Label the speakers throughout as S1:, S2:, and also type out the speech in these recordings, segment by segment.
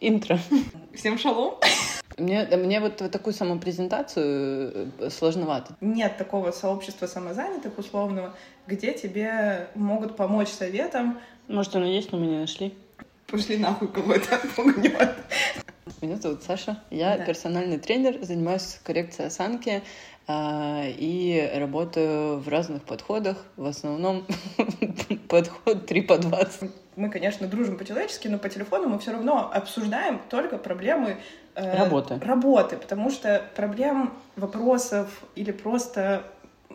S1: интро.
S2: Всем шалом.
S1: Мне, мне вот такую самопрезентацию сложновато.
S2: Нет такого сообщества самозанятых условного, где тебе могут помочь советом.
S1: Может, оно есть, но мы не нашли.
S2: Пошли нахуй кого-то отпугнет.
S1: Меня зовут Саша, я
S2: Да.
S1: персональный тренер, занимаюсь коррекцией осанки а, и работаю в разных подходах, в основном подход 3 по 20.
S2: Мы, конечно, дружим по-человечески, но по телефону мы все равно обсуждаем только проблемы э,
S1: Работы.
S2: работы, потому что проблем, вопросов или просто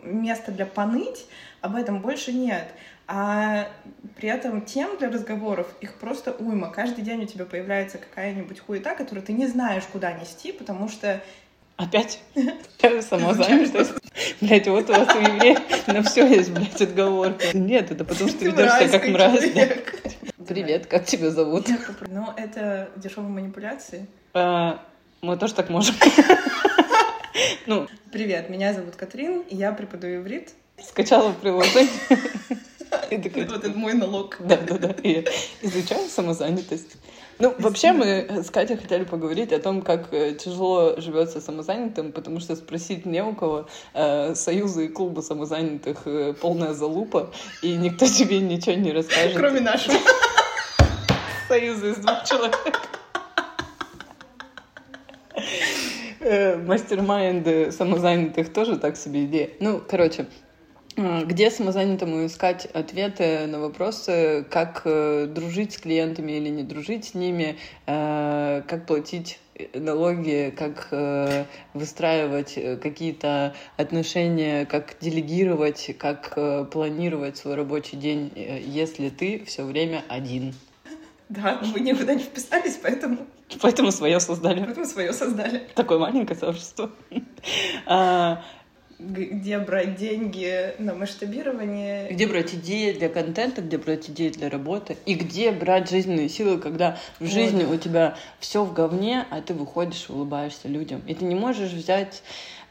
S2: места для поныть об этом больше нет. А при этом тем для разговоров их просто уйма. Каждый день у тебя появляется какая-нибудь хуета, которую ты не знаешь, куда нести, потому что
S1: Опять? Я сама занята. Блять, вот у вас у евреев на все есть, блядь, отговорка. Нет, это потому что ты
S2: ты
S1: ведешь себя как
S2: мразь,
S1: мразь. да.
S2: человек.
S1: Привет, как тебя зовут?
S2: Я попро- Ну, это дешевые манипуляции.
S1: А, Мы тоже так можем. Ну,
S2: Привет, меня зовут Катрин, и я преподаю иврит.
S1: скачала приложение. И такая,
S2: Вот это мой налог.
S1: Да, да, да. И изучаю самозанятость. Ну, вообще мы с Катей хотели поговорить о том, как э, тяжело живется самозанятым, потому что спросить не у кого. Э, Союзы и клубы самозанятых э, полная залупа, и никто тебе ничего не расскажет.
S2: Кроме нашего.
S1: союзы из двух человек. Э, Мастер-майнды самозанятых тоже так себе идея. Ну, короче, э, где самозанятому искать ответы на вопросы, как э, дружить с клиентами или не дружить с ними, э, как платить э, налоги, как э, выстраивать э, какие-то отношения, как делегировать, как э, планировать свой рабочий день, э, если ты все время один.
S2: Да, но мы никуда не вписались, поэтому,
S1: Поэтому свое создали.
S2: поэтому свое создали.
S1: Такое маленькое сообщество. А,
S2: Г- Где брать деньги на масштабирование?
S1: Где брать идеи для контента, где брать идеи для работы и где брать жизненные силы, когда в
S2: Вот.
S1: жизни у тебя все в говне, а ты выходишь и улыбаешься людям. И ты не можешь взять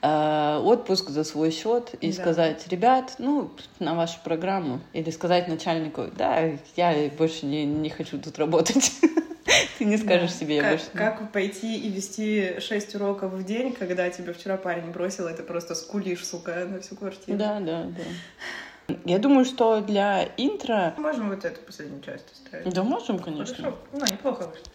S1: э, отпуск за свой счет и
S2: Да.
S1: сказать, ребят, ну, на вашу программу. Или сказать начальнику, да, я больше не, не хочу тут работать. Ты не скажешь
S2: Да.
S1: себе, я
S2: как,
S1: больше... не-
S2: как пойти и вести шесть уроков в день, когда тебя вчера парень бросил, это просто скулишь, сука, на всю квартиру.
S1: Да, да, да. Я думаю, что для интро...
S2: Можем вот эту последнюю часть оставить.
S1: Да можем, конечно.
S2: Хорошо, ну, неплохо вышло.